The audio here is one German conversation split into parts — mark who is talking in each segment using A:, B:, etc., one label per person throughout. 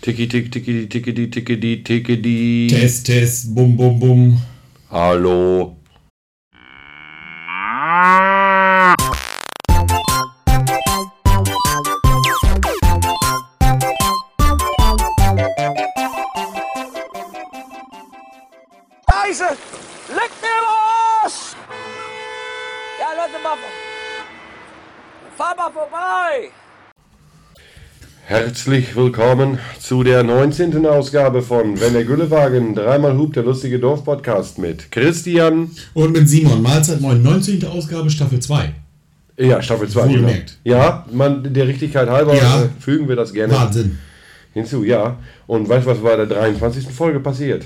A: Tiki, tiki, tiki, tiki, tiki, tiki, tiki, tiki.
B: Test, Test, bum, bum, bum.
A: Hallo.
C: Scheiße! Leck mir am Arsch! Ja, Leute, mal. Fahr mal vorbei!
A: Herzlich willkommen zu der 19. Ausgabe von Wenn der Güllewagen dreimal hupt, der lustige Dorf-Podcast mit Christian.
B: Und mit Simon, Mahlzeit Moin, 19. Ausgabe, Staffel 2.
A: Ja, Staffel 2. Genau.
B: Wohlgemerkt.
A: Ja, man, der Richtigkeit halber
B: Ja.
A: äh, fügen wir das gerne
B: Wahnsinn.
A: hinzu, ja. Und weißt du, was bei der 23. Folge passiert?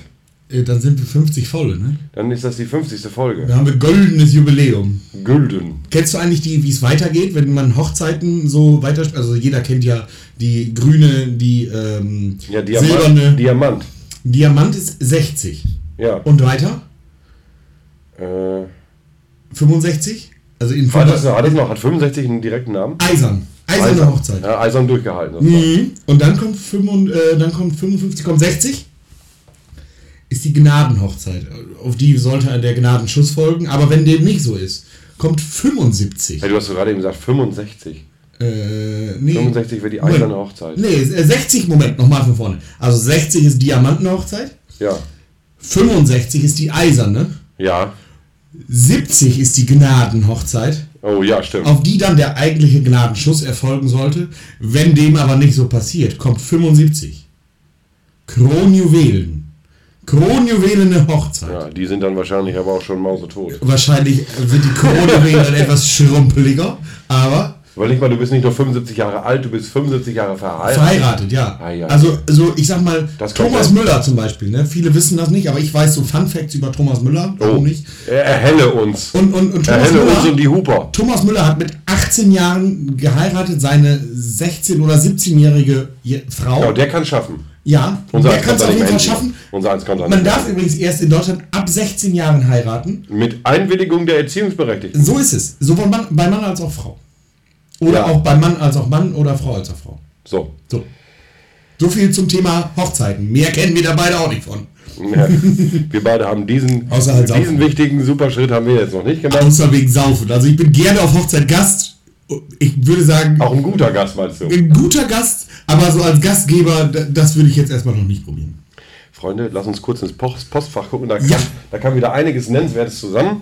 B: Äh, Dann sind wir 50 voll, ne?
A: Dann ist das die 50. Folge.
B: Da haben wir goldenes Jubiläum.
A: Gülden.
B: Kennst du eigentlich die, wie es weitergeht, wenn man Hochzeiten so weiter... Also jeder kennt ja die grüne, die ähm,
A: Ja, Diamant.
B: silberne.
A: Diamant.
B: Diamant ist 60.
A: Ja.
B: Und weiter?
A: äh,
B: 65? Also in
A: hat, das, hat das noch? Hat 65 einen direkten Namen?
B: Eisern. Eiserne Hochzeit.
A: Ja, eisern durchgehalten. Das war-
B: Mhm. Und dann kommt, 55, äh, dann kommt 55, kommt 60. Ist die Gnadenhochzeit. Auf die sollte der Gnadenschuss folgen. Aber wenn dem nicht so ist, kommt 75.
A: Hey, du hast doch gerade eben gesagt 65.
B: Äh, nee.
A: 65 wird die
B: Moment.
A: eiserne Hochzeit.
B: Nee, ist, äh, 60, Moment, nochmal von vorne. Also 60 ist Diamantenhochzeit.
A: Ja.
B: 65 ist die Eiserne.
A: Ja.
B: 70 ist die Gnadenhochzeit.
A: Oh ja, stimmt.
B: auf die dann der eigentliche Gnadenschuss erfolgen sollte. Wenn dem aber nicht so passiert, kommt 75. Kronjuwelen. Kronjuwelene Hochzeit.
A: Ja, die sind dann wahrscheinlich aber auch schon mausetot.
B: Wahrscheinlich sind die Kronjuwelen dann etwas schrumpeliger, aber
A: Weil ich mal, du bist nicht nur 75 Jahre alt, du bist 75 Jahre verheiratet.
B: verheiratet, ja.
A: Ah, ja.
B: Also, so, ich sag mal,
A: Das kommt
B: Thomas
A: ja.
B: Müller zum Beispiel. Ne? Viele wissen das nicht, aber ich weiß so Fun Facts über Thomas Müller. Warum nicht?
A: Er- Erhelle uns.
B: Und, und, und Thomas
A: Erhelle uns
B: Müller,
A: Oh. und die Huper.
B: Thomas Müller hat mit 18 Jahren geheiratet, seine 16- oder 17-jährige Je- Frau.
A: Ja, Genau, der kann schaffen.
B: Ja,
A: Unser
B: der
A: Eins
B: kann es
A: konnte
B: auf
A: nicht
B: jeden
A: mehr
B: Fall schaffen.
A: hinkriegen. Unser Eins konnte
B: Man
A: nicht
B: darf
A: mehr.
B: übrigens erst in Deutschland ab 16 Jahren heiraten.
A: Mit Einwilligung der Erziehungsberechtigten.
B: So ist es. Sowohl Mann, bei Mann als auch Frau. Oder
A: Ja.
B: auch bei Mann als auch Mann oder Frau als auch Frau.
A: So.
B: So. So viel zum Thema Hochzeiten. Mehr kennen wir da beide auch nicht von.
A: Ja. Wir beide haben diesen,
B: Außer halt
A: diesen
B: saufen.
A: wichtigen Superschritt haben wir jetzt noch nicht gemacht.
B: Außer wegen Saufen. Also ich bin gerne auf Hochzeit Gast. Ich würde sagen,
A: Auch ein guter Gast, meinst du?
B: ein guter Gast, aber so als Gastgeber, d- das würde ich jetzt erstmal noch nicht probieren.
A: Freunde, lass uns kurz ins Post Postfach gucken. Da kam,
B: Ja.
A: da kam wieder einiges Nennenswertes zusammen.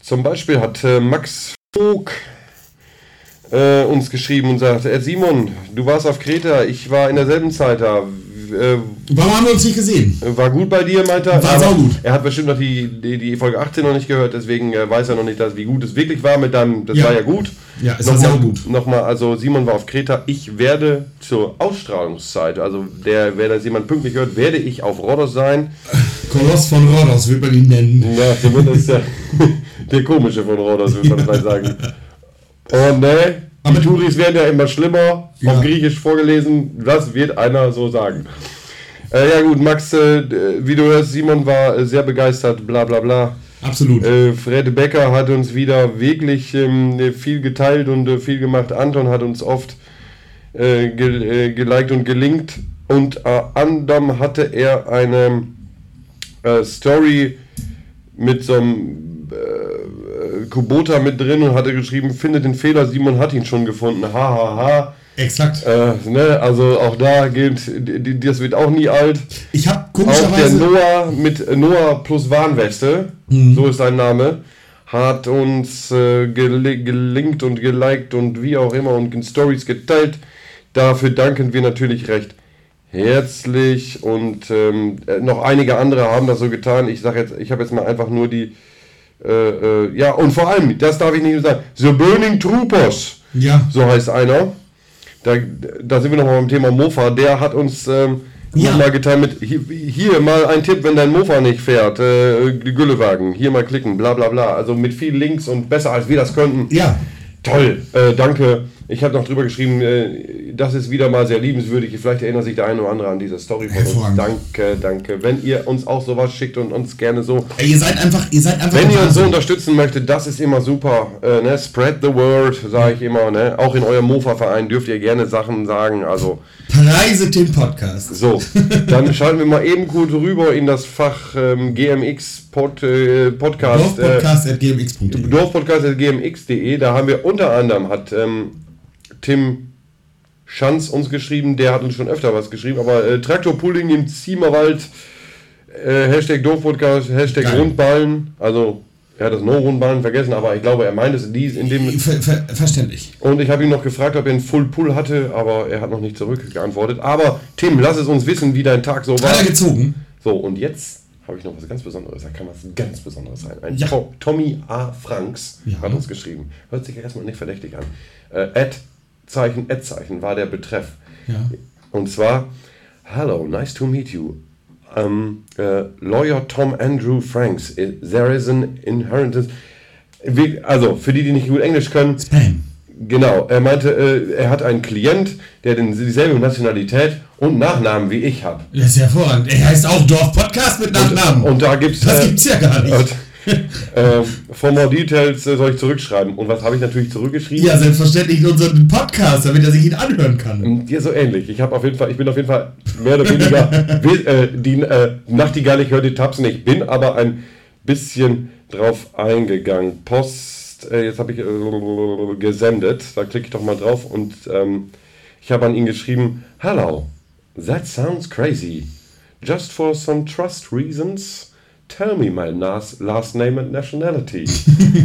A: Zum Beispiel hat äh, Max Vogt äh, uns geschrieben und sagt, Ed Simon, du warst auf Kreta, ich war in derselben Zeit da. W-
B: Warum haben wir uns nicht gesehen?
A: Äh, war gut bei dir, meinte er.
B: War
A: aber
B: saugut.
A: Er hat bestimmt noch die, die, die Folge 18 noch nicht gehört, deswegen äh, weiß er noch nicht, dass, wie gut es wirklich war mit deinem, das
B: Ja.
A: war ja gut.
B: Ja, es war
A: nochmal,
B: saugut.
A: Nochmal, also Simon war auf Kreta, ich werde zur Ausstrahlungszeit, also der, wenn das jemand pünktlich hört, werde ich auf Rhodos sein.
B: Koloss von Rhodos würde man ihn nennen.
A: Ja, zumindest der, der komische von Rodos, würde man vielleicht sagen. Oh ne, die
B: Aber-
A: Touris werden ja immer schlimmer,
B: Ja.
A: auf Griechisch vorgelesen, das wird einer so sagen. Äh, ja gut, Max, äh, d- wie du hörst, Simon war äh, sehr begeistert, bla bla bla.
B: Absolut.
A: Äh, Fred Becker hat uns wieder wirklich ähm, viel geteilt und äh, viel gemacht. Anton hat uns oft äh, ge äh, geliked und gelinkt. Und äh, anderem hatte er eine äh, Story mit so einem äh, Kubota mit drin und hatte geschrieben, findet den Fehler, Simon hat ihn schon gefunden. Ha, ha, ha.
B: Exakt.
A: Äh, ne? Also auch da gilt, die, die, das wird auch nie alt.
B: Ich habe
A: Auch der
B: komischerweise...
A: Noah mit Noah plus Warnweste, so ist sein Name, hat uns äh, gele- gelinkt und geliked und wie auch immer und in Stories geteilt. Dafür danken wir natürlich recht herzlich und ähm, äh, noch einige andere haben das so getan. Ich sage jetzt, ich habe jetzt mal einfach nur die, äh, äh, ja und vor allem, das darf ich nicht sagen, The Burning Troopers.
B: ja.
A: So heißt einer. Da, da sind wir nochmal beim Thema Mofa. Der hat uns ähm,
B: Ja.
A: nochmal geteilt mit, hier, hier mal ein Tipp, wenn dein Mofa nicht fährt, äh, die Güllewagen, hier mal klicken, bla bla bla. Also mit viel Links und besser als wir das könnten.
B: Ja,
A: Toll, äh, danke. Ich habe noch drüber geschrieben, äh, das ist wieder mal sehr liebenswürdig. Vielleicht erinnert sich der eine oder andere an diese Story von uns.
B: Hervorragend.
A: Danke, danke. Wenn ihr uns auch sowas schickt und uns gerne so.
B: Ey, ihr seid einfach, ihr seid einfach.
A: Wenn ihr uns so
B: Wahnsinn.
A: unterstützen möchtet, das ist immer super. Äh, ne? Spread the word, sage ich immer. Ne? Auch in eurem Mofa-Verein dürft ihr gerne Sachen sagen. Also
B: Preiset den Podcast.
A: so, dann schalten wir mal eben gut rüber in das Fach ähm, GMX Pod, äh, Podcast. äh,
B: Dorfpodcast.gmx.de
A: Dorfpodcast.gmx.de, E, da haben wir unter anderem, hat ähm, Tim Schanz uns geschrieben, der hat uns schon öfter was geschrieben, aber äh, Traktorpooling im Ziemerwald, äh, Hashtag Dorfpodcast, Hashtag
B: Geil.
A: Rundballen, also er hat das No-Rundballen vergessen, aber ich glaube, er meint es in dies- in dem.
B: Ver, ver, verständlich.
A: Und ich habe ihn noch gefragt, ob er einen Full Pull hatte, aber er hat noch nicht zurückgeantwortet. Aber Tim, lass es uns wissen, wie dein Tag so war.
B: Hat er gezogen?
A: So, und jetzt habe ich noch was ganz Besonderes. Da kann was ganz Besonderes sein. Ein
B: Ja.
A: To- Tommy A. Franks
B: Ja.
A: hat uns geschrieben. Hört sich ja erstmal nicht verdächtig an. Äh, Ad, Zeichen, Ad, Zeichen war der Betreff.
B: Ja.
A: Und zwar, Hello, nice to meet you. Um, äh, Lawyer Tom Andrew Franks, i- there is an inheritance. Wir- Also, für die, die nicht gut Englisch können,
B: Bam.
A: Genau, er meinte, äh, er hat einen Klient, der den, dieselbe Nationalität und Nachnamen wie ich habe.
B: Das ist hervorragend. Er heißt auch Dorfpodcast mit Nachnamen.
A: Und da gibt's.
B: das
A: äh,
B: gibt's ja gar nicht.
A: Und, äh, for more details äh, soll ich zurückschreiben. Und was habe ich natürlich zurückgeschrieben?
B: ja, selbstverständlich in unseren Podcast, damit er sich ihn anhören kann.
A: Dir so ähnlich. Ich habe auf jeden Fall, ich bin auf jeden Fall mehr oder weniger we- äh, die äh, Nachtigall, ich höre die Tabs nicht, bin aber ein bisschen drauf eingegangen. Post, äh, jetzt habe ich äh, gesendet, da klicke ich doch mal drauf und ähm, ich habe an ihn geschrieben, Hello, that sounds crazy. Just for some trust reasons, tell me my nas last name and nationality.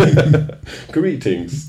A: Greetings.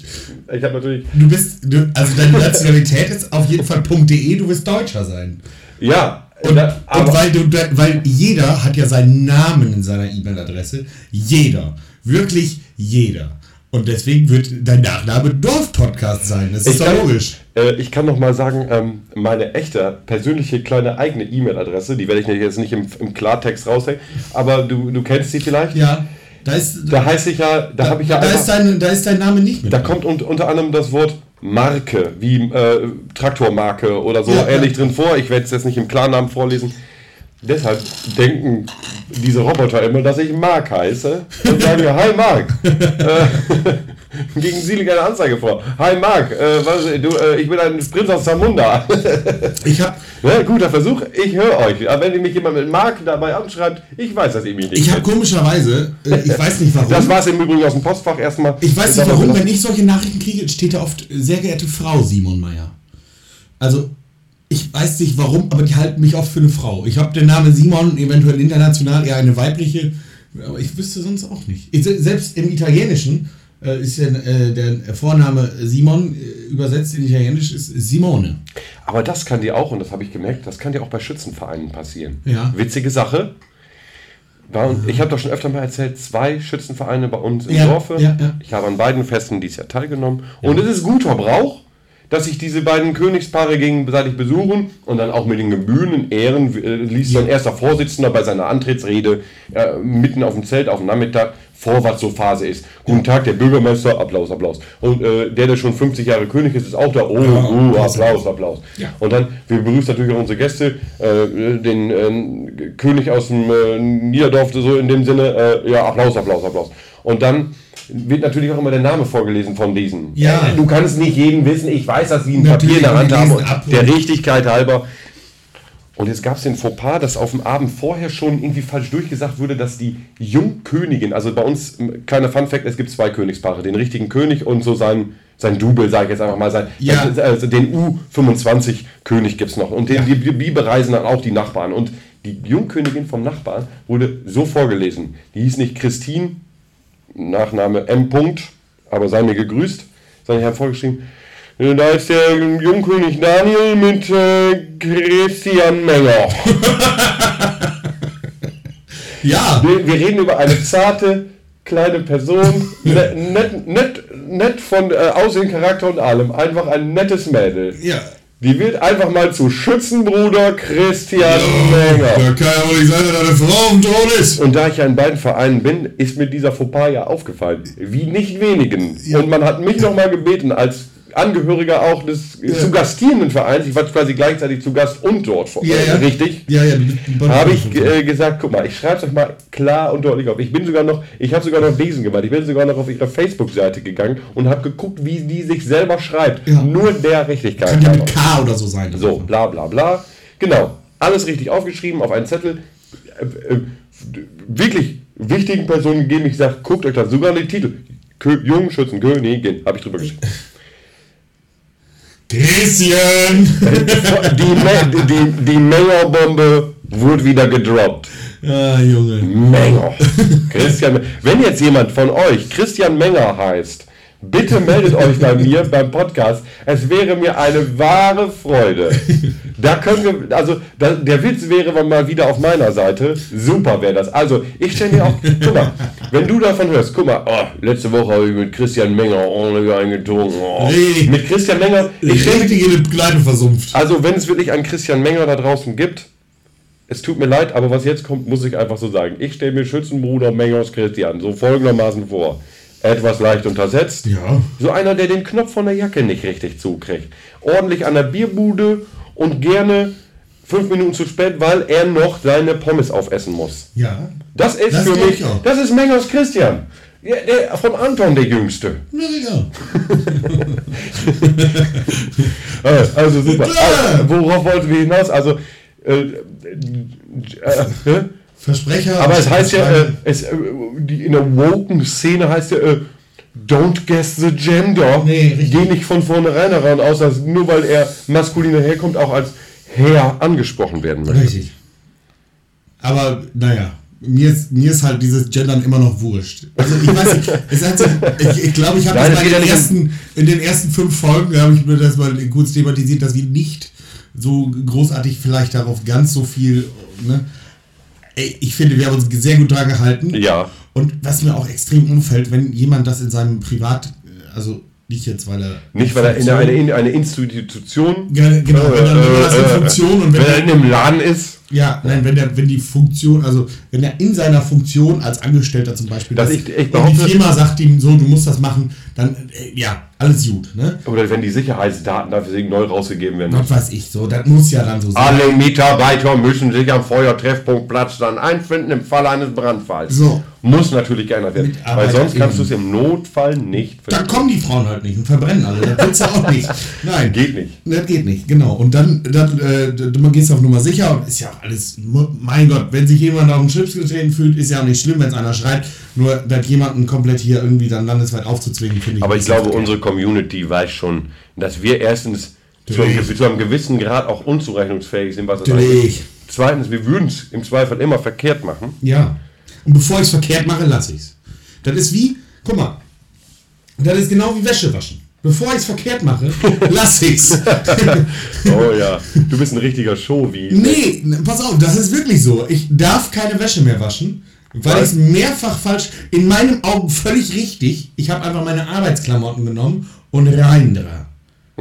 A: Ich habe natürlich
B: Du bist, du, also deine Nationalität ist auf jeden Fall .de, du wirst Deutscher sein.
A: Ja, äh,
B: Und,
A: da-
B: und weil, du, weil jeder hat ja seinen Namen in seiner E-Mail-Adresse. Jeder. Wirklich jeder. Und deswegen wird dein Nachname Dorfpodcast sein. Das ist doch logisch.
A: Äh, ich kann noch mal sagen, ähm, meine echte, persönliche, kleine eigene E-Mail-Adresse, die werde ich jetzt nicht im, im Klartext raushängen, aber du, du kennst sie vielleicht.
B: Ja, da ist,
A: Da heiße ich ja, da, habe ich ja
B: da ist
A: einfach,
B: dein, da ist dein Name nicht mit.
A: da kommt und, unter anderem das Wort Marke, wie äh, Traktormarke oder so
B: Ja,
A: ähnlich
B: ja.
A: drin vor. Ich werde es jetzt nicht im Klarnamen vorlesen. Deshalb denken diese Roboter immer, dass ich Mark heiße und sagen mir, hi Mark. äh, gegen Sie liegt eine Anzeige vor. Hi Mark, äh, was, du, äh, ich bin ein Prinz aus Zamunda.
B: Ich habe
A: Ne, guter Versuch, ich höre euch. Aber wenn mich jemand mit Mark dabei anschreibt, ich weiß, dass ihr mich nicht
B: ich hab
A: kennt.
B: komischerweise, äh, ich weiß nicht warum,
A: Das war es im Übrigen aus dem Postfach erstmal.
B: ich weiß
A: Jetzt
B: nicht
A: haben wir
B: warum,
A: gelacht.
B: wenn ich solche Nachrichten kriege, steht da oft, äh, sehr geehrte Frau Simon Meyer. Also, ich weiß nicht warum, aber die halten mich oft für eine Frau. Ich habe den Namen Simon eventuell international eher eine weibliche, aber ich wüsste sonst auch nicht. Ich, se- selbst im Italienischen äh, ist ja, äh, der Vorname Simon äh, übersetzt in Italienisch ist Simone.
A: Aber das kann dir auch, und das habe ich gemerkt, das kann dir auch bei Schützenvereinen passieren.
B: Ja.
A: Witzige Sache. War, und ich habe doch schon öfter mal erzählt, zwei Schützenvereine bei uns im
B: Ja,
A: Dorfe.
B: ja, ja.
A: Ich habe an beiden Festen dieses Jahr teilgenommen. Und es ist guter Brauch, dass sich diese beiden Königspaare gegenseitig besuchen und dann auch mit den gebührenden Ehren äh, ließ sein erster Vorsitzender bei seiner Antrittsrede äh, mitten auf dem Zelt auf dem Nachmittag vor, was so Phase ist. Guten Tag, der Bürgermeister, Applaus, Applaus. Und äh, der, der schon 50 Jahre König ist, ist auch da. Oh,
B: Ja,
A: oh
B: Applaus,
A: Applaus, Applaus.
B: Ja.
A: Und dann, wir begrüßen natürlich auch unsere Gäste, äh, den äh, König aus dem äh, Niederdorf, so in dem Sinne, äh, ja, Applaus, Applaus, Applaus. Und dann wird natürlich auch immer der Name vorgelesen von diesen.
B: Ja.
A: Äh, Du kannst nicht jeden wissen, ich weiß, dass sie ein
B: Natürlich,
A: Papier in der Hand
B: die
A: haben,
B: lesen ab.
A: und der Richtigkeit halber. Und jetzt gab es den Fauxpas, dass auf dem Abend vorher schon irgendwie falsch durchgesagt wurde, dass die Jungkönigin, also bei uns, m, kleiner Funfact, es gibt zwei Königspaare, den richtigen König und so sein, sein Double, sage ich jetzt einfach mal, sein,
B: Ja.
A: das ist, also den U25-König gibt es noch. Und den, die, die, die bereisen dann auch die Nachbarn. Und die Jungkönigin vom Nachbarn wurde so vorgelesen. Die hieß nicht Christine, Nachname M. Punkt, aber sei mir gegrüßt, sondern ich habe vorgeschrieben, äh, da ist der Jungkönig Daniel mit äh, Christian Menger.
B: Ja,
A: Wir, wir reden über eine zarte, kleine Person, ne- nett, nett, nett von äh, Aussehen, Charakter und allem. Einfach ein nettes Mädel.
B: ja.
A: Die wird einfach mal zu Schützenbruder Christian Menger.
B: Da kann ja wohl nicht sein, dass eine Frau auf dem Thron ist.
A: Und da ich ja in beiden Vereinen bin, ist mir dieser Fauxpas ja aufgefallen. Wie nicht wenigen. Und man hat mich nochmal gebeten, als Angehöriger auch des
B: Ja.
A: zu gastierenden Vereins, ich war quasi gleichzeitig zu Gast und dort vor,
B: Ja, ja.
A: richtig,
B: Ja, ja.
A: habe ich äh, gesagt, guck mal, ich schreibe es euch mal klar und deutlich auf. Ich bin sogar noch, ich habe sogar noch Besen gemacht, ich bin sogar noch auf ihre Facebook-Seite gegangen und habe geguckt, wie die sich selber schreibt.
B: Ja.
A: Nur der Richtigkeit.
B: Kann ja
A: halber.
B: mit K oder so sein.
A: So, bla bla bla. Genau. Alles richtig aufgeschrieben auf einen Zettel. Äh, äh, Wirklich wichtigen Personen gegeben. Ich sage, guckt euch das sogar an den Titel. Kö Jungschützenkönigin, habe ich drüber geschrieben.
B: Gräschen!
A: Die, Me die, die Meyer-Bombe wurde wieder gedroppt.
B: ah, Junge.
A: Menger. Christian, Me- wenn jetzt jemand von euch Christian Menger heißt, bitte meldet euch bei mir beim Podcast. Es wäre mir eine wahre Freude. Da können wir, also da, der Witz wäre mal wieder auf meiner Seite. Super wäre das. Also ich stelle mir auch, guck mal, wenn du davon hörst, guck mal, oh, letzte Woche habe ich mit Christian Menger ordentlich eingetrunken. Oh.
B: Nee.
A: Mit Christian Menger, ich
B: Ich
A: stelle
B: richtig in die Kleine versumpft.
A: also, wenn es wirklich einen Christian Menger da draußen gibt, es tut mir leid, aber was jetzt kommt, muss ich einfach so sagen. Ich stelle mir Schützenbruder Mengers Christian so folgendermaßen vor. Etwas leicht untersetzt.
B: Ja.
A: So einer, der den Knopf von der Jacke nicht richtig zukriegt. Ordentlich an der Bierbude und gerne fünf Minuten zu spät, weil er noch seine Pommes aufessen muss.
B: Ja.
A: Das ist
B: Das
A: für
B: glaub
A: mich,
B: ich auch.
A: das ist Mengers Christian. Der, der, von Anton der Jüngste.
B: Na, egal.
A: Äh, Also super.
B: Bäh.
A: Also, worauf wollten wir hinaus? Also, äh, äh, äh, äh,
B: Versprecher.
A: aber es heißt ja, äh, es, äh, die, in der Woken-Szene heißt ja, äh, don't guess the gender.
B: Nee, richtig.
A: Geh nicht von vornherein daran aus, dass nur weil er maskulin herkommt, auch als Herr angesprochen werden möchte.
B: Richtig. Aber naja, mir ist, mir ist halt dieses Gendern immer noch wurscht. Also ich weiß nicht, es hat sich, ich, ich glaube, ich habe
A: Nein,
B: das
A: das
B: bei
A: geht ja
B: den
A: nicht um
B: ersten, in den ersten fünf Folgen habe ich mir das mal kurz thematisiert, dass wir nicht so großartig vielleicht darauf ganz so viel, ne? Ey, Ich finde, wir haben uns sehr gut dran gehalten.
A: Ja.
B: Und was mir auch extrem umfällt, wenn jemand das in seinem Privat, also nicht jetzt, weil er...
A: Nicht, weil er in einer in eine Institution, äh,
B: Ge- Genau, wenn er wenn er das in Funktion und
A: wenn
B: wenn
A: er
B: er
A: in einem Laden ist,
B: ja, nein, wenn der, wenn die Funktion, also wenn er in seiner Funktion als Angestellter zum Beispiel,
A: Dass
B: das-
A: ich- ich
B: wenn die
A: behaupte-
B: Firma sagt ihm so, du musst das machen, dann äh, ja, alles gut, ne?
A: oder wenn die Sicherheitsdaten dafür neu rausgegeben werden.
B: Was weiß ich, so, das muss ja dann so sein.
A: Alle Mitarbeiter müssen sich am Feuertreffpunktplatz dann einfinden im Falle eines Brandfalls.
B: So.
A: Muss natürlich geändert werden.
B: Mit
A: Weil sonst kannst du
B: ArbeiterInnen.
A: es im Notfall nicht
B: Dann kommen die Frauen halt nicht und verbrennen alle, das willst du auch nicht. Nein.
A: Geht nicht.
B: Das geht nicht, genau. Und dann, dann äh, du man gehst auf Nummer sicher und ist ja auch alles, mein Gott, wenn sich jemand auf den Chips getreten fühlt, ist ja auch nicht schlimm, wenn es einer schreibt, nur das jemanden komplett hier irgendwie dann landesweit aufzuzwingen, finde ich.
A: Aber
B: ein
A: ich
B: bisschen
A: glaube,
B: verkehrt.
A: unsere Community weiß schon, dass wir erstens zu einem, zu einem gewissen Grad auch unzurechnungsfähig sind, was das
B: Natürlich.
A: angeht. Zweitens, wir würden es im Zweifel immer verkehrt machen.
B: Ja. Und bevor ich es verkehrt mache, lasse ich es. Das ist wie, guck mal, das ist genau wie Wäsche waschen. Bevor ich es verkehrt mache, lasse ich es.
A: Oh ja, du bist ein richtiger Show wie.
B: nee, n- pass auf, das ist wirklich so. Ich darf keine Wäsche mehr waschen, weil ich
A: Was?
B: es mehrfach falsch, in meinen Augen völlig richtig, ich habe einfach meine Arbeitsklamotten genommen und rein da.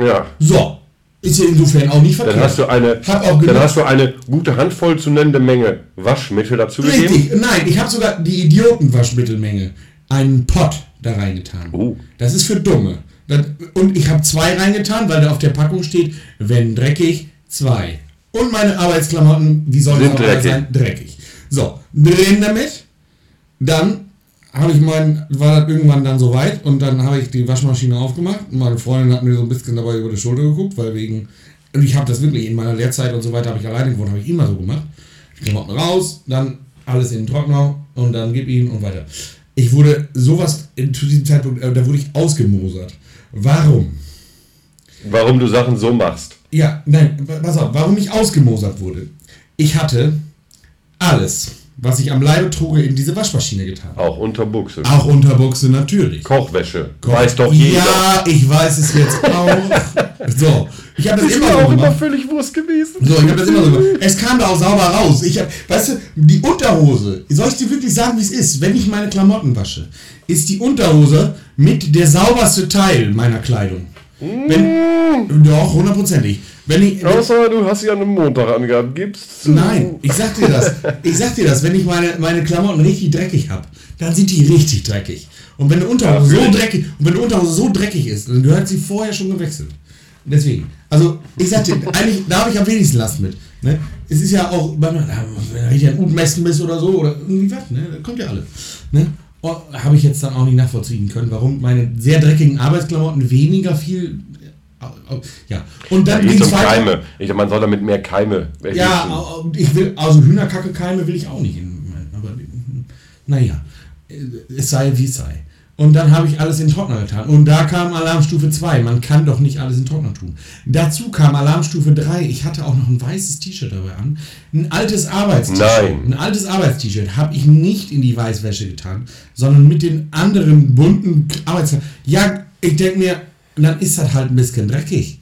A: Ja.
B: So. Ist ja insofern auch nicht verkehrt.
A: Dann hast du eine,
B: Hab auch
A: dann
B: genug-
A: hast du eine gute Handvoll zu nennende Menge Waschmittel dazu gegeben.
B: Richtig, nein, ich habe sogar die Idiotenwaschmittelmenge, einen Pott da reingetan.
A: Oh.
B: Das ist für Dumme. Das, und ich habe zwei reingetan, weil da auf der Packung steht, wenn dreckig, zwei. Und meine Arbeitsklamotten, wie soll
A: Sind
B: auch anders
A: dreckig.
B: sein, dreckig. So, drehen damit. Dann habe ich meinen, war das irgendwann dann soweit und dann habe ich die Waschmaschine aufgemacht. Und meine Freundin hat mir so ein bisschen dabei über die Schulter geguckt, weil wegen, und ich habe das wirklich in meiner Lehrzeit und so weiter, habe ich alleine gewohnt, habe ich immer so gemacht. Die Klamotten raus, dann alles in den Trockner und dann gib ihn und weiter. Ich wurde sowas in, zu diesem Zeitpunkt, äh, da wurde ich ausgemosert. Warum?
A: Warum du Sachen so machst.
B: Ja, nein, wa- pass auf, warum ich ausgemosert wurde. Ich hatte alles, was ich am Leibe trug, in diese Waschmaschine getan.
A: Auch unter Buchse.
B: Auch Unterbuchse natürlich.
A: Kochwäsche. Weiß doch jeder.
B: Ja, ich weiß es jetzt auch. so, ich habe das immer so gemacht.
A: völlig Wurst gewesen.
B: So, ich habe das immer so gemacht. Es kam da auch sauber raus. Ich hab, weißt du, die Unterhose, soll ich dir wirklich sagen, wie es ist? Wenn ich meine Klamotten wasche, ist die Unterhose mit der sauberste Teil meiner Kleidung. Wenn, doch, hundertprozentig. Wenn ich, wenn,
A: Außer du hast sie an einem Montag angehabt. Gibst du?
B: Nein, ich sag dir das. Ich sag dir das, wenn ich meine, meine Klamotten richtig dreckig hab, dann sind die richtig dreckig. Und wenn eine
A: Ja,
B: Unterhose so
A: fühl ich.
B: dreckig, und wenn eine Unterhose so dreckig ist, dann gehört sie vorher schon gewechselt. Und Deswegen. Also, ich sagte, eigentlich, da habe ich am wenigsten Last mit. Ne? Es ist ja auch, wenn man da- wenn du richtig ein Utmessen bist oder so, oder irgendwie was, ne? Das kommt ja alle. Ne? Oh, Habe ich jetzt dann auch nicht nachvollziehen können, warum meine sehr dreckigen Arbeitsklamotten weniger viel. äh, Ja, und dann
A: Geht
B: ging's
A: um
B: weiter.
A: Keime. Ich glaube, man soll damit mehr Keime erheben.
B: Ja, au- au- ich will, also Hühnerkacke Keime will ich auch nicht in. Aber naja, äh, es sei wie es sei. Und dann habe ich alles in den Trockner getan. Und da kam Alarmstufe 2. Man kann doch nicht alles in den Trockner tun. Dazu kam Alarmstufe 3. Ich hatte auch noch ein weißes T-Shirt dabei an. Ein altes Arbeitst-T-Shirt.
A: Nein.
B: Ein altes Arbeitst-T-Shirt habe ich nicht in die Weißwäsche getan, sondern mit den anderen bunten Arbeits... Ja, ich denke mir, dann ist das halt ein bisschen dreckig.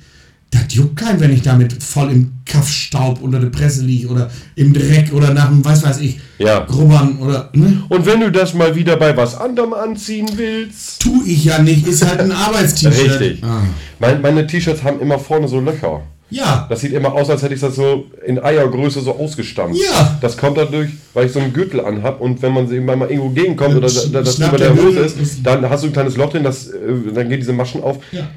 B: Das juckt keinen, wenn ich damit voll im Kaffstaub unter der Presse liege oder im Dreck oder nach dem, weiß weiß ich,
A: Ja.
B: Grubbern oder... Ne?
A: Und wenn du das mal wieder bei was anderem anziehen willst.
B: Tu ich ja nicht, ist halt ein Arbeitst-T-Shirt.
A: Richtig.
B: Ah.
A: Mein, meine T-Shirts haben immer vorne so Löcher.
B: Ja,
A: Das sieht immer aus, als hätte ich das so in Eiergröße so ausgestampft.
B: Ja.
A: Das kommt dadurch, weil ich so einen Gürtel anhab und wenn man sie mal mal irgendwo gegenkommt oder da, da, das
B: Schnappt
A: über
B: der
A: der Hose
B: Gürtel.
A: ist, dann hast du ein kleines Loch drin, das, äh, dann gehen diese Maschen auf.
B: ja,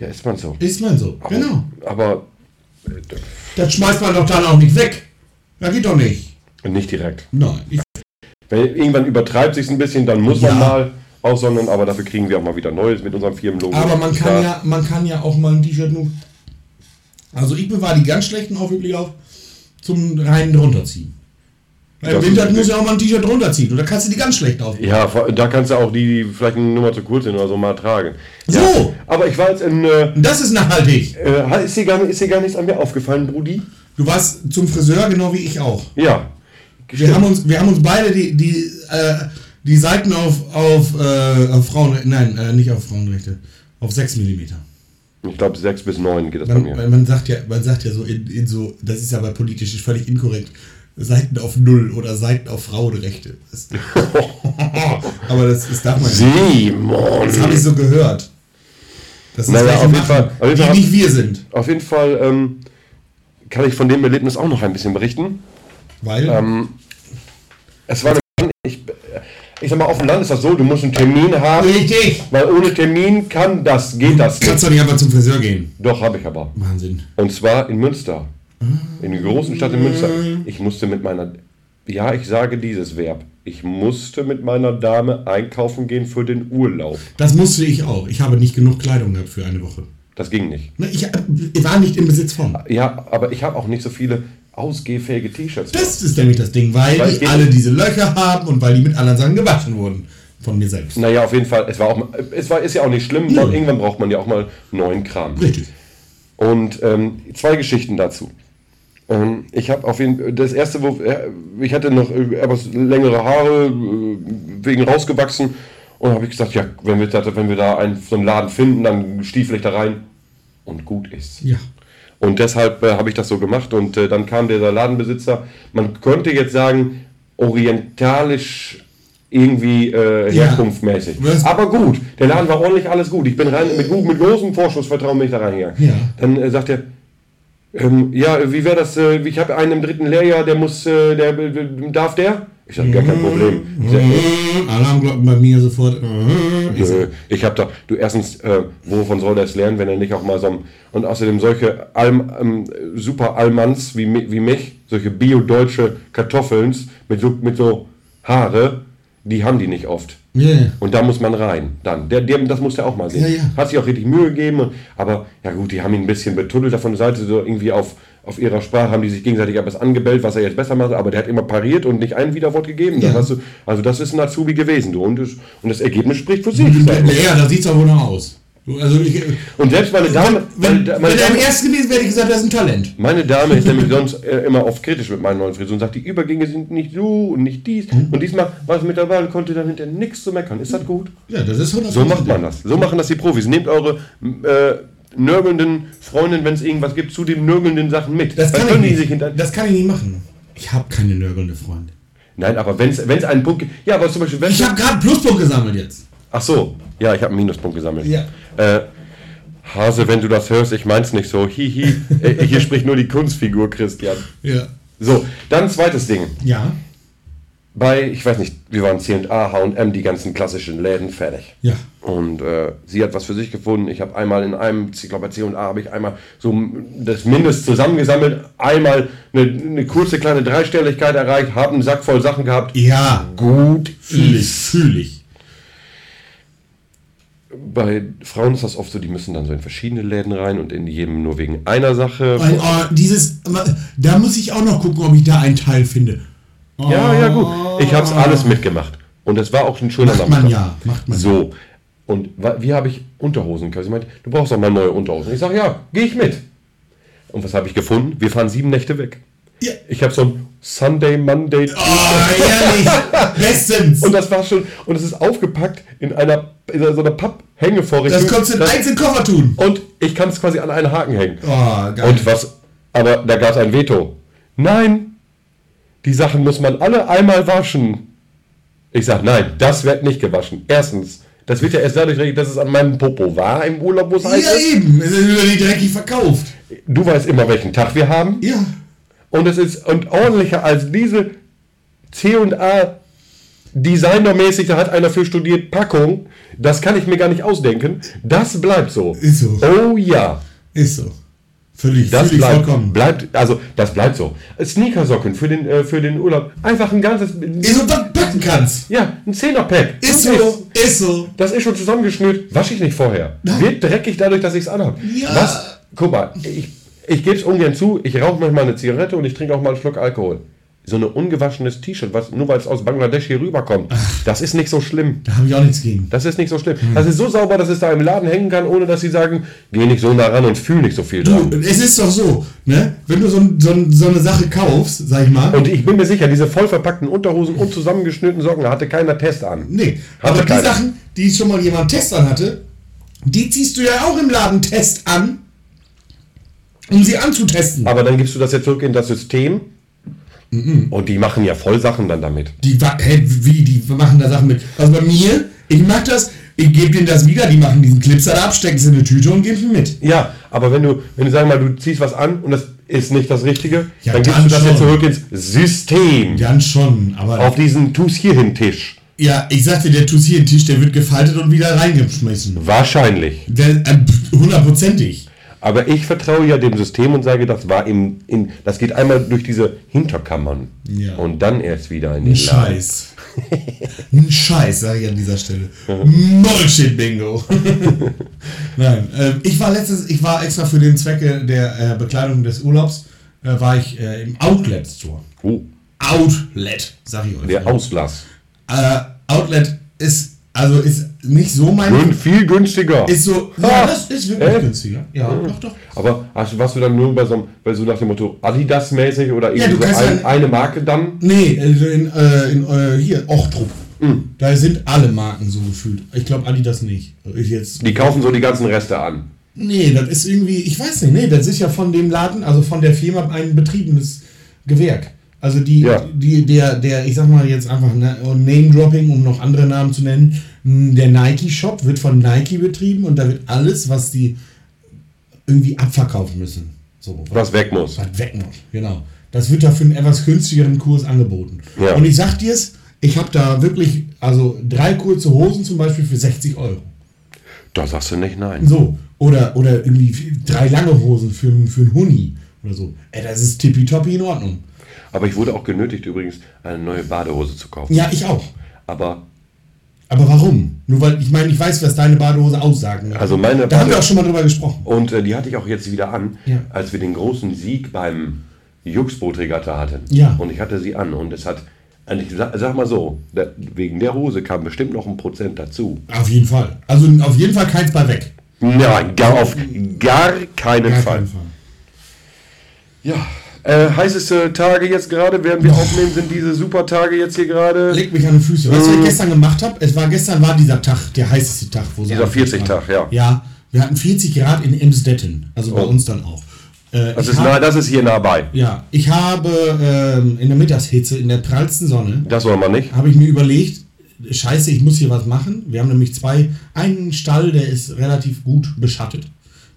A: Ja, ist man so.
B: ist man so. Genau.
A: Aber
B: Das schmeißt man doch dann auch nicht weg. Ja, geht doch nicht.
A: äh, nicht direkt.
B: Nein. Ich,
A: Wenn irgendwann übertreibt sich ein bisschen, dann muss man
B: Ja.
A: mal aussondern, aber dafür kriegen wir auch mal wieder Neues mit unserem Firmenlogo.
B: aber man
A: Da-
B: kann, ja, man kann ja auch mal ein T-Shirt nur. Also ich bewahre die ganz schlechten auch wirklich auf zum reinen drunterziehen. Weil Im
A: Das ist
B: Winter
A: richtig.
B: muss ja auch mal ein T-Shirt runterziehen. Oder kannst du die ganz schlecht auf?
A: Ja, vor- da kannst du auch die, die vielleicht eine Nummer zu kurz sind oder so mal tragen.
B: So.
A: Ja, aber ich war jetzt in. Äh,
B: Und das ist nachhaltig.
A: äh, ist, dir gar, ist dir gar nichts an mir aufgefallen, Brudi?
B: Du warst zum Friseur genau wie ich auch.
A: Ja.
B: Wir haben, uns, wir haben uns beide die, die, äh, die Seiten auf, auf, äh, auf Frauen... Nein, äh, nicht auf Frauenrechte. Auf 6 mm.
A: Ich glaube, 6 bis 9 geht das
B: Man,
A: bei mir.
B: man- man sagt ja, man sagt ja so in, in so, das ist ja aber politisch völlig inkorrekt, Seiten auf Null oder Seiten auf Frauenrechte. Das, aber das, das darf man nicht. Das habe
A: Simon!
B: ich so gehört. Das ist
A: Naja,
B: welche
A: auf jeden
B: machen,
A: Fall- auf jeden Fall hab-
B: die nicht wir sind.
A: Auf jeden Fall ähm, kann ich von dem Erlebnis auch noch ein bisschen berichten.
B: Weil
A: Ähm, Es war eine, ich, äh, ich sag mal, auf dem Land ist das so, du musst einen Termin haben,
B: richtig.
A: weil ohne Termin kann das, geht das nicht.
B: Kannst doch nicht einfach zum Friseur gehen.
A: Doch, habe ich aber.
B: Wahnsinn.
A: Und zwar in Münster. In der großen Stadt in Münster. Ich musste mit meiner, ja, ich sage dieses Verb. Ich musste mit meiner Dame einkaufen gehen für den Urlaub.
B: Das musste ich auch. Ich habe nicht genug Kleidung gehabt für eine Woche.
A: Das ging nicht.
B: Ne, Ich, ich war nicht im Besitz von.
A: Ja, aber ich habe auch nicht so viele ausgehfähige T-Shirts.
B: Das ist nämlich das Ding, weil,
A: Weil
B: die
A: ich-
B: alle diese Löcher haben und weil die mit anderen Sachen gewaschen wurden. Von mir selbst.
A: Naja, auf jeden Fall, es war auch, mal- es war, ist ja auch nicht schlimm, weil irgendwann braucht man ja auch mal neuen Kram.
B: Richtig.
A: Und ähm, zwei Geschichten dazu. Ähm, ich habe auf jeden das erste, wo äh, ich hatte noch äh, etwas längere Haare, äh, wegen rausgewachsen. Und habe ich gesagt, ja, wenn wir, da- wenn wir da einen, so einen Laden finden, dann stiefel ich da rein und gut ist.
B: Ja.
A: Und deshalb äh, habe ich das so gemacht. Und äh, dann kam dieser Ladenbesitzer. Man könnte jetzt sagen, orientalisch irgendwie äh,
B: Ja.
A: herkunftmäßig.
B: Was-
A: Aber gut, der Laden war ordentlich, alles gut. Ich bin rein mit, gut- mit großem Vorschussvertrauen bin ich da reingegangen.
B: Ja.
A: Dann äh, sagt er, ähm, ja, wie wäre das? Äh, ich habe einen im dritten Lehrjahr, der muss, äh, der darf der? Ich sage, gar kein Problem. Ich sag,
B: Äh, Alarmglocken bei mir sofort. Äh, Ich so,
A: Nö, ich habe da, du erstens, äh, wovon soll das lernen, wenn er nicht auch mal so ein, und außerdem solche Alm, ähm, super Almans wie, mi- wie mich, solche biodeutsche Kartoffeln mit so, mit so Haare, die haben die nicht oft.
B: ja, ja.
A: Und da muss man rein, dann. Der, der, das muss der auch mal sehen.
B: Ja, ja.
A: Hat sich auch richtig Mühe gegeben, und- aber ja gut, die haben ihn ein bisschen betuddelt davon der Seite, so irgendwie auf, auf ihrer Sprache haben die sich gegenseitig etwas angebellt, was er jetzt besser macht, aber der hat immer pariert und nicht ein Widerwort gegeben. Das
B: Ja.
A: hast du, also das ist ein Azubi gewesen, du. Und, das- und das Ergebnis spricht für sich.
B: Ja, ja, da sieht's auch wohl noch aus. Du, Also ich,
A: Und selbst meine Dame, meine,
B: wenn,
A: Da-
B: wenn,
A: meine,
B: er im
A: Dame,
B: ersten gewesen wäre, hätte ich gesagt, das ist ein Talent.
A: meine Dame ist nämlich sonst äh, immer oft kritisch mit meinen neuen Frisuren und sagt, die Übergänge sind nicht so und nicht dies.
B: Hm.
A: Und diesmal war es mit der Wahl und konnte dann hinter nichts zu meckern. Ist das gut?
B: Ja, das ist 100
A: So macht man das. So machen das die Profis. Nehmt eure äh, nörgelnden Freundin, wenn es irgendwas gibt, zu den nörgelnden Sachen mit.
B: Das
A: Dann
B: kann,
A: können die
B: ich
A: sich
B: nicht,
A: hinter
B: das kann ich nicht machen. Ich habe keine nörgelnde Freunde.
A: Nein, aber wenn es einen Punkt gibt. Ja, aber zum Beispiel, wenn
B: Ich habe gerade einen Pluspunkt gesammelt jetzt.
A: Ach so, ja, ich habe einen Minuspunkt gesammelt.
B: Ja.
A: Äh, Hase, wenn du das hörst, ich mein's nicht so. Hihi. äh, hier spricht nur die Kunstfigur, Christian.
B: Ja.
A: So, dann zweites Ding.
B: Ja.
A: bei, ich weiß nicht, wir waren C&A, H&M, die ganzen klassischen Läden fertig.
B: Ja.
A: Und äh, sie hat was für sich gefunden. Ich habe einmal in einem, ich glaube bei C&A habe ich einmal so das Mindest zusammengesammelt, einmal eine, eine kurze kleine Dreistelligkeit erreicht, habe einen Sack voll Sachen gehabt.
B: Ja.
A: Gut
B: Fühl ich, fühl ich.
A: Bei Frauen ist das oft so, die müssen dann so in verschiedene Läden rein und in jedem nur wegen einer Sache.
B: Ein, oh, dieses, da muss ich auch noch gucken, ob ich da einen Teil finde. Oh,
A: Ja, ja, gut. Ich habe es alles mitgemacht. Und es war auch ein schöner
B: Macht man ja, macht man.
A: So. Und wa- wie habe ich Unterhosen gekauft? Sie meinte, du brauchst doch mal neue Unterhosen. Ich sage, ja, gehe ich mit. Und was habe ich gefunden? Wir fahren sieben Nächte weg.
B: Ja.
A: Ich habe so ein Sunday, Monday.
B: Oh, ehrlich. Bestens.
A: Und das war schon, und es ist aufgepackt in einer, in so einer Papphängevorrichtung.
B: Das konntest du in
A: Das-
B: einzelnen Koffer tun.
A: Und ich kann es quasi an einen Haken hängen.
B: Oh, geil.
A: Und was? Aber da gab es ein Veto. Nein, die Sachen muss man alle einmal waschen. Ich sag, nein, das wird nicht gewaschen. Erstens, das wird ja erst dadurch regelt, dass es an meinem Popo war im Urlaub, wo es heiß
B: ja,
A: ist.
B: eben. Es ist über die dreckig verkauft.
A: Du weißt immer, welchen Tag wir haben.
B: Ja.
A: Und es ist und ordentlicher als diese C&A designermäßig, da hat einer für studiert, Packung. Das kann ich mir gar nicht ausdenken. Das bleibt so.
B: Ist so.
A: Oh ja.
B: Ist so. Völlig,
A: Das
B: völlig
A: bleibt,
B: vollkommen.
A: bleibt, also das bleibt so. Sneakersocken für den, äh, für den Urlaub. Einfach ein ganzes,
B: Ist so, was du packen kannst.
A: ja, ein Zehnerpack.
B: Ist
A: Wirklich.
B: so. Ist so.
A: Das ist schon zusammengeschnürt. Wasche ich nicht vorher. Wird dreckig dadurch, dass ich es anhabe.
B: Ja.
A: Was? Guck mal, ich, ich gebe es ungern zu. Ich rauche manchmal eine Zigarette und ich trinke auch mal einen Schluck Alkohol. So ein ungewaschenes T-Shirt, was nur weil es aus Bangladesch hier rüberkommt, das ist nicht so schlimm.
B: Da habe ich auch nichts gegen.
A: Das ist nicht so schlimm. Das ist so sauber, dass es da im Laden hängen kann, ohne dass sie sagen, geh nicht so nah ran und fühl nicht so viel dran.
B: Du, es ist doch so, ne? Wenn du so, ein- so, ein- so eine Sache kaufst, sag ich mal.
A: Und ich bin mir sicher, diese vollverpackten Unterhosen und zusammengeschnürten Socken da hatte keiner Test an.
B: nee.
A: Hatte
B: Aber die
A: keiner.
B: Sachen, die schon mal jemand Test an hatte, die ziehst du ja auch im Laden Test an, um sie anzutesten.
A: Aber dann gibst du das jetzt zurück in das System. Und die machen ja voll Sachen dann damit.
B: Die, wa- hä, wie, die machen da Sachen mit. Also bei mir, ich mach das, ich gebe denen das wieder, die machen diesen Clips da ab, stecken sie in eine Tüte und geben ihn mit.
A: Ja, aber wenn du, wenn du sag mal, du ziehst was an und das ist nicht das Richtige,
B: Ja,
A: dann gibst
B: dann
A: du das jetzt
B: schon.
A: zurück ins System.
B: Dann schon, aber.
A: Auf diesen Tu's hierhin Tisch.
B: Ja, ich sagte, der tut hier den Tisch, der wird gefaltet und wieder reingeschmissen.
A: Wahrscheinlich.
B: Der, äh, pf, hundertprozentig.
A: Aber ich vertraue ja dem System und sage, das war im, in, das geht einmal durch diese Hinterkammern.
B: Ja.
A: Und dann erst wieder in den
B: Ein
A: Laden.
B: Scheiß. Ein Scheiß, sage ich an dieser Stelle. Bullshit Bingo. Nein, äh, ich war letztes, ich war extra für den Zwecke der äh, Bekleidung des Urlaubs, äh, war ich äh, im Outlet Store.
A: Oh,
B: Outlet, sag ich euch.
A: der Auslass.
B: Äh, Outlet ist, also ist nicht so mein.
A: Gün, viel günstiger.
B: Ist so.
A: Ha!
B: Ja, das ist wirklich
A: Äh?
B: günstiger. Ja, doch, doch.
A: Aber hast, warst du dann nur bei so, einem- bei so nach dem Motto Adidas-mäßig oder
B: Ja,
A: irgendwie
B: du
A: so
B: kannst
A: ein,
B: ja-
A: eine Marke dann?
B: Nee, also in, äh, in äh, hier, Ochtrup.
A: Hm.
B: Da sind alle Marken so gefühlt. Ich glaube Adidas nicht. Ich jetzt.
A: Die kaufen so die ganzen Reste an.
B: Nee, das ist irgendwie, ich weiß nicht, nee, das ist ja von dem Laden, also von der Firma ein betriebenes Gewerk. Also die,
A: Ja.
B: die, der, der, ich sag mal jetzt einfach ne, Name-Dropping, um noch andere Namen zu nennen, m, der Nike-Shop wird von Nike betrieben und da wird alles, was die irgendwie abverkaufen müssen. So,
A: Was weg muss.
B: was weg muss, genau. Das wird da für einen etwas günstigeren Kurs angeboten.
A: Ja.
B: Und ich sag dir's, ich habe da wirklich, also drei kurze Hosen zum Beispiel für 60 Euro.
A: Da sagst du nicht nein.
B: So. Oder, oder irgendwie drei lange Hosen für, für einen Huni oder so. Ey, das ist tippitoppi in Ordnung.
A: Aber ich wurde auch genötigt übrigens, eine neue Badehose zu kaufen.
B: Ja, ich auch.
A: Aber
B: Aber warum? Nur weil, ich meine, ich weiß, was deine Badehose aussagen. wird.
A: Also meine
B: Da haben
A: Bade-
B: wir auch schon mal drüber gesprochen.
A: und äh, die hatte ich auch jetzt wieder an,
B: Ja.
A: als wir den großen Sieg beim Juxboot-Regatta hatten.
B: Ja.
A: Und ich hatte sie an und es hat, also ich sag, sag mal so, da, wegen der Hose kam bestimmt noch ein Prozent dazu.
B: Auf jeden Fall. Also auf jeden Fall keins bei weg.
A: Nein, gar auf gar keinen Fall. Ja, äh, heißeste Tage jetzt gerade, während wir aufnehmen, sind diese super Tage jetzt hier gerade.
B: Leg mich an die Füße. Weißt du,
A: Mhm.
B: was ich gestern gemacht habe? Es war gestern war dieser Tag, der heißeste Tag, wo sie
A: Dieser
B: angefangen
A: 40
B: haben.
A: Tag, ja.
B: Ja, wir hatten 40 Grad in Emsdetten, also bei
A: Oh.
B: uns dann auch. Äh,
A: Das
B: ich
A: ist,
B: hab-
A: nah, das ist hier nah bei.
B: Ja, ich habe ähm, in der Mittagshitze, in der prallsten Sonne,
A: Das wollen wir nicht.
B: habe ich mir überlegt, scheiße, ich muss hier was machen. Wir haben nämlich zwei, einen Stall, der ist relativ gut beschattet.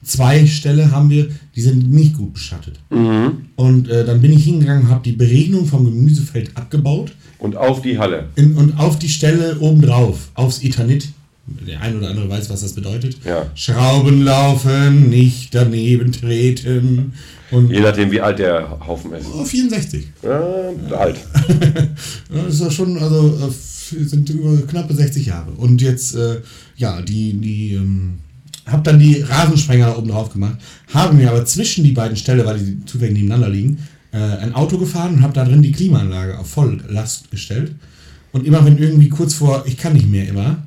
B: zwei Ställe haben wir, die sind nicht gut beschattet.
A: Mhm.
B: Und äh, dann bin ich hingegangen, habe die Beregnung vom Gemüsefeld abgebaut
A: Und auf die Halle.
B: in, und auf die Stelle obendrauf, aufs Ethanit, der ein oder andere weiß, was das bedeutet,
A: Ja.
B: Schrauben laufen, nicht daneben treten. Und
A: Je nachdem, wie alt der Haufen ist.
B: oh, 64.
A: Äh, alt.
B: Ja, Das ist ja schon, also äh, f- sind über knappe 60 Jahre. Und jetzt, äh, ja, die, die, ähm, hab dann die Rasensprenger da oben drauf gemacht, habe mir aber zwischen die beiden Ställe, weil die zufällig nebeneinander liegen, äh, ein Auto gefahren und habe da drin die Klimaanlage auf Volllast gestellt. Und immer wenn irgendwie kurz vor, ich kann nicht mehr immer,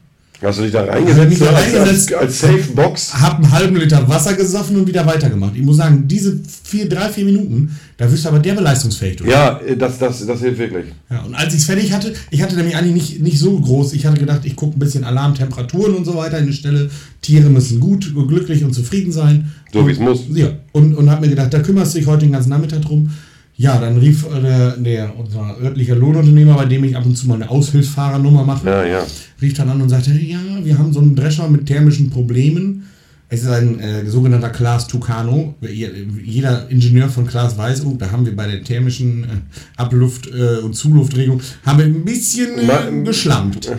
A: Hast du dich da
B: Hab
A: reingesetzt?
B: mich da
A: als, als,
B: reingesetzt.
A: als Safe Box?
B: habe einen halben Liter Wasser gesoffen und wieder weitergemacht. Ich muss sagen, diese vier, drei, vier Minuten, da wirst du aber derbe leistungsfähig. du.
A: Ja, äh, das, das, das hilft wirklich.
B: Ja, und als ich es fertig hatte, ich hatte nämlich eigentlich nicht, nicht so groß. Ich hatte gedacht, ich gucke ein bisschen Alarm, Temperaturen und so weiter in die Stelle. Tiere müssen gut, glücklich und zufrieden sein.
A: So wie es muss.
B: Ja, und, und habe mir gedacht, da kümmerst du dich heute den ganzen Nachmittag drum. Ja, dann rief äh, der, der, unser örtlicher Lohnunternehmer, bei dem ich ab und zu mal eine Aushilfsfahrernummer mache,
A: Ja, ja.
B: rief dann an und sagte, ja, wir haben so einen Drescher mit thermischen Problemen. Es ist ein äh, sogenannter Class Tucano. Je- Jeder Ingenieur von Class weiß, oh, da haben wir bei der thermischen äh, Abluft- äh, und Zuluftregung haben wir ein bisschen
A: Ma-
B: äh, geschlampt.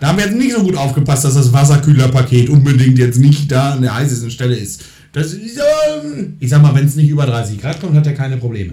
B: Da haben wir jetzt nicht so gut aufgepasst, dass das Wasserkühlerpaket unbedingt jetzt nicht da an der heißesten Stelle ist. Das ist, ähm, ich sag mal, wenn es nicht über 30 Grad kommt, hat er keine Probleme.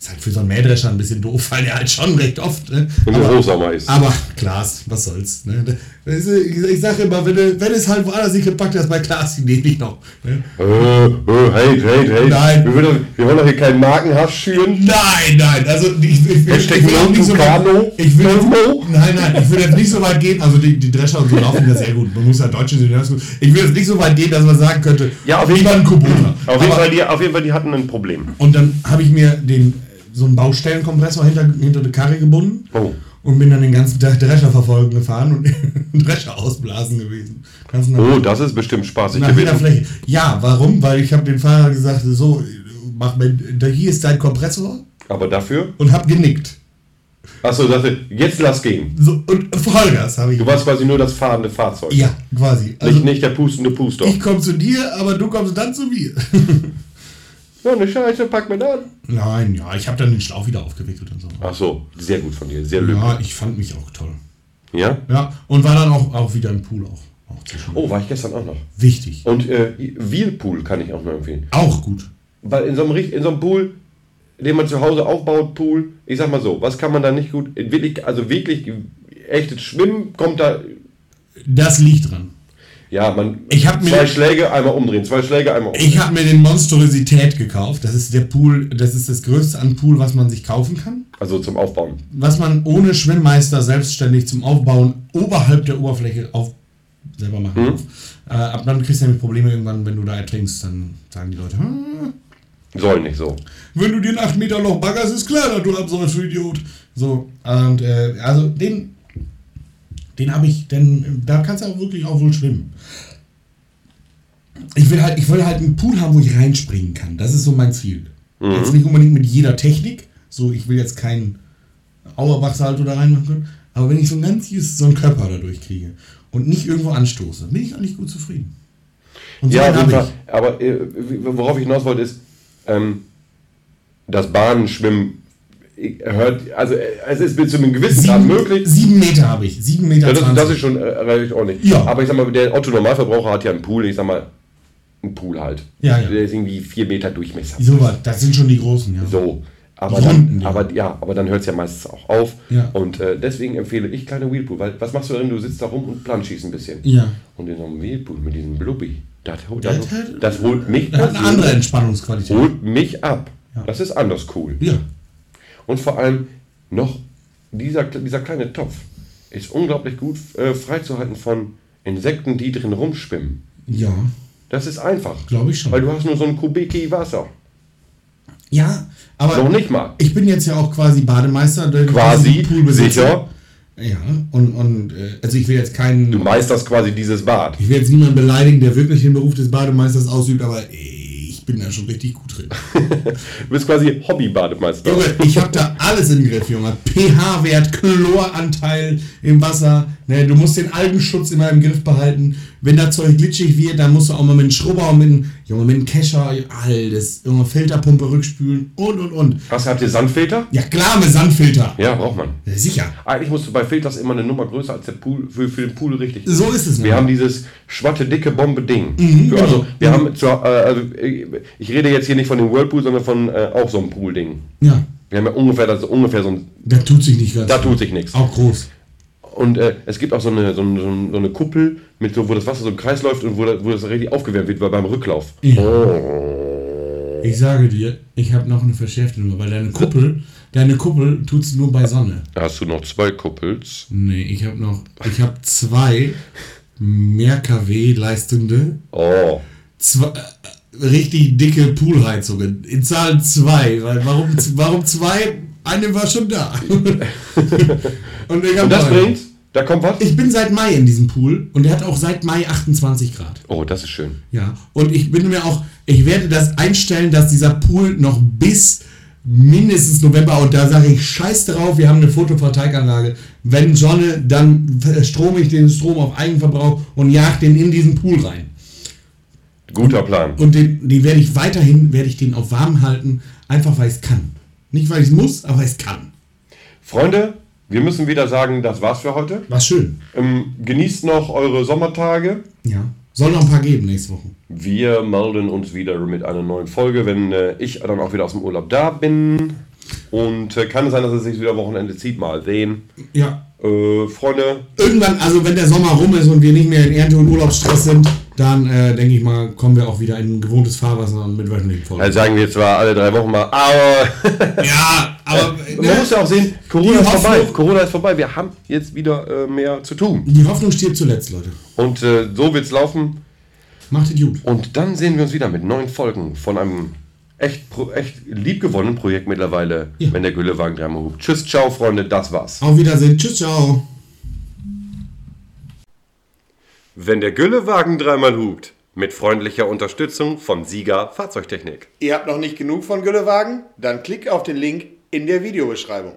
B: Ist halt für so einen Mähdrescher ein bisschen doof, weil der halt schon recht oft. Ne?
A: Wenn der Hochsommer ist.
B: Aber Klaas, was soll's. Ne? Das ist, ich ich sage immer, wenn, du- wenn es halt woanders nicht gepackt hast, bei Klaas, die nehme ich noch. Ne?
A: Äh, äh, hey, hey, hey.
B: Nein.
A: Wir, wollen doch- wir wollen doch hier keinen Markenhaft schüren.
B: Nein, nein, also ich, ich, ich,
A: Hashtag
B: ich will auch nicht so
A: Tucano.
B: weit, ich will,
A: Turbo.
B: nein, nein, ich will jetzt nicht so weit gehen, also die, die Drescher und so laufen ja sehr gut, man muss ja Deutsche sind ja gut, ich will jetzt nicht so weit gehen, dass man sagen könnte,
A: Ja, auf jeden
B: lieber ein Kubota.
A: Auf jeden,
B: Aber-
A: Fall, die, auf jeden Fall, die hatten ein Problem.
B: Und dann habe ich mir den, so einen Baustellenkompressor hinter, hinter die Karre gebunden
A: Oh.
B: und bin dann den ganzen Tag Drescher verfolgen gefahren und Drescher ausblasen gewesen. Ganz nach,
A: Oh, das ist bestimmt spaßig
B: nach jeder
A: gewesen.
B: Fläche. Ja, warum? Weil ich habe dem Fahrer gesagt, so, mach mir, da hier ist dein Kompressor
A: Aber dafür?
B: und habe genickt.
A: Achso, dafür. Jetzt lass gehen.
B: So, und Vollgas habe ich.
A: Du warst quasi nur das fahrende Fahrzeug.
B: ja, quasi. Also,
A: nicht, nicht der pustende Puster.
B: ich komme zu dir, aber du kommst dann zu mir.
A: So eine Scheiße, pack mir an.
B: Nein, ja, ich habe dann den Schlauch wieder aufgewickelt und so.
A: Achso, sehr gut von dir. Sehr löblich.
B: Ja, ich fand mich auch toll.
A: Ja.
B: Ja, und war dann auch, auch wieder im Pool auch. auch sehr schön.
A: Oh, war ich gestern auch noch.
B: Wichtig.
A: Und äh, Whirlpool kann ich auch nur empfehlen.
B: Auch gut.
A: Weil in so, einem, richt- in so einem Pool, den man zu Hause aufbaut, Pool, ich sag mal so, was kann man da nicht gut, wirklich, also wirklich echtes Schwimmen kommt da,
B: Das liegt dran.
A: ja, man,
B: Ich hab mir-
A: zwei Schläge, einmal umdrehen, zwei Schläge, einmal um. umdrehen.
B: Ich habe mir den Monstrosität gekauft. Das ist der Pool, das ist das größte an Pool, was man sich kaufen kann.
A: Also zum Aufbauen.
B: Was man ohne Schwimmmeister selbstständig zum Aufbauen oberhalb der Oberfläche auf selber machen darf. Äh, ab dann kriegst du nämlich Probleme irgendwann, wenn du da ertrinkst, dann sagen die Leute, hm,
A: Soll nicht so.
B: wenn du dir ein 8 Meter Loch baggerst, ist klar, dass du absäufst, du Idiot. So, und äh, also den, den habe ich, denn ähm, da kannst du auch wirklich auch wohl schwimmen. Ich will halt, ich will halt einen Pool haben, wo ich reinspringen kann. Das ist so mein Ziel.
A: Mhm.
B: Jetzt nicht unbedingt mit jeder Technik. So, ich will jetzt keinen Auerbachsalto da reinmachen können. Aber wenn ich so ein ganzes, so einen Körper dadurch kriege und nicht irgendwo anstoße, bin ich eigentlich gut zufrieden. Und so
A: Ja,
B: einen
A: auf jeden
B: hab
A: Fall. Aber äh, wie- worauf ich hinaus wollte, ist, ähm, das Bahnenschwimmen ich- hört, also äh, es ist bis zu einem gewissen Grad
B: Sieben,
A: möglich.
B: sieben Meter habe ich. Sieben Meter.
A: Ja, das,
B: 20.
A: das ist schon äh, relativ ordentlich.
B: Ja.
A: Aber ich sag mal, der Otto-Normalverbraucher hat ja einen Pool, ich sag mal, einen Pool halt.
B: Ja, ja.
A: Der ist irgendwie vier Meter Durchmesser.
B: So was, das sind schon die großen, ja.
A: So. Aber
B: Die Runden,
A: dann,
B: ja.
A: aber, ja, aber dann hört es ja meistens auch auf.
B: Ja.
A: Und äh, deswegen empfehle ich kleine Wheelpool, weil was machst du denn? Du sitzt da rum und planschießt ein bisschen.
B: Ja.
A: Und in so einem Wheelpool mit diesem Blubbi, das, das,
B: Das hat-
A: das holt mich
B: Das hat eine andere Entspannungsqualität.
A: holt mich ab.
B: Ja.
A: Das ist anders cool.
B: Ja.
A: Und vor allem noch dieser, dieser kleine Topf ist unglaublich gut äh, freizuhalten von Insekten, die drin rumschwimmen.
B: Ja,
A: Das ist einfach.
B: glaube ich schon.
A: Weil du hast nur so einen Kubiki Wasser.
B: ja, aber
A: Noch nicht mal.
B: ich bin jetzt ja auch quasi Bademeister. der-
A: Quasi,
B: Poolbesitzer.
A: sicher.
B: Ja, und, und äh, also ich will jetzt keinen.
A: Du meisterst quasi dieses Bad.
B: Ich will jetzt niemanden beleidigen, der wirklich den Beruf des Bademeisters ausübt, aber ich bin da schon richtig gut drin.
A: Du bist quasi Hobby-Bademeister.
B: Junge, ich habe da alles im Griff, Junge. pH-Wert, Chloranteil im Wasser. Ne, du musst den Algenschutz immer im Griff behalten. wenn das Zeug glitschig wird, dann musst du auch mal mit einem Schrubber und mit einem, Junge, mit einem Kescher, alles, irgendeine Filterpumpe rückspülen und und und.
A: Was, habt ihr Sandfilter?
B: Ja klar, mit Sandfilter.
A: Ja, braucht man.
B: Sicher.
A: Eigentlich musst du bei Filters immer eine Nummer größer als der Pool, für, für den Pool richtig.
B: So ist es.
A: Wir
B: ne?
A: haben dieses schwatte, dicke Bombe-Ding.
B: Mhm,
A: Für- also,
B: genau.
A: wir haben zu, äh, also, äh, ich rede jetzt hier nicht von dem Whirlpool, sondern von äh, auch so einem Pool-Ding.
B: ja,
A: Wir haben ja ungefähr, das, ungefähr so ein.
B: da tut sich nicht ganz.
A: Da tut sich nichts.
B: Auch groß.
A: Und äh, es gibt auch so eine, so, eine, so eine- so eine Kuppel, mit so, wo das Wasser so im Kreis läuft und wo, da- wo das richtig aufgewärmt wird, weil beim Rücklauf.
B: Ich sage dir, ich habe noch eine verschärfte Nummer, weil deine Kuppel, deine Kuppel tut's nur bei Sonne.
A: Da hast du noch zwei Kuppels.
B: Nee, ich habe noch, ich habe zwei mehr KW leistende,
A: Oh.
B: zwei, äh, richtig dicke Poolheizungen. In Zahl zwei, weil warum, warum zwei? Eine war schon da. Und, ich hab
A: Und das
B: eine.
A: bringt, da kommt was?
B: Ich bin seit Mai in diesem Pool und der hat auch seit Mai 28 Grad.
A: Oh, das ist schön.
B: Ja, und ich bin mir auch, ich werde das einstellen, dass dieser Pool noch bis mindestens November, und da sage ich scheiß drauf, wir haben eine Photovoltaikanlage. Wenn Sonne, dann strome ich den Strom auf Eigenverbrauch und jag den in diesen Pool rein.
A: Guter Plan.
B: Und den, den werde ich weiterhin, werde ich den auch warm halten, einfach weil ich es kann. Nicht weil ich es muss, aber weil ich es kann.
A: Freunde, wir müssen wieder sagen, das war's für heute.
B: War schön.
A: Ähm, genießt noch eure Sommertage.
B: Ja. Soll noch ein paar geben nächste Woche.
A: Wir melden uns wieder mit einer neuen Folge, wenn äh, ich dann auch wieder aus dem Urlaub da bin. Und äh, kann es sein, dass es sich wieder Wochenende zieht. Mal sehen.
B: Ja,
A: Äh, Freunde,
B: irgendwann, also wenn der Sommer rum ist und wir nicht mehr in Ernte- und Urlaubsstress sind, dann äh, denke ich mal, kommen wir auch wieder in gewohntes Fahrwasser und mit wöchentlichen Folgen.
A: also sagen wir zwar alle drei Wochen mal, aber
B: ja, aber äh,
A: man muss ja auch sehen, Corona
B: Die
A: ist vorbei.
B: Hoffnung-
A: Corona ist vorbei. Wir haben jetzt wieder äh, mehr zu tun.
B: die Hoffnung stirbt zuletzt, Leute.
A: Und äh, so wird's laufen.
B: Macht es gut.
A: Und dann sehen wir uns wieder mit neuen Folgen von einem echt, pro- echt liebgewonnenen Projekt mittlerweile,
B: Ja.
A: wenn der Güllewagen dreimal hupt. Tschüss, ciao, Freunde, das war's.
B: Auf Wiedersehen. Tschüss, ciao.
A: Wenn der Güllewagen dreimal hupt, mit freundlicher Unterstützung von Sieger Fahrzeugtechnik.
D: Ihr habt noch nicht genug von Güllewagen? Dann klickt auf den Link in der Videobeschreibung.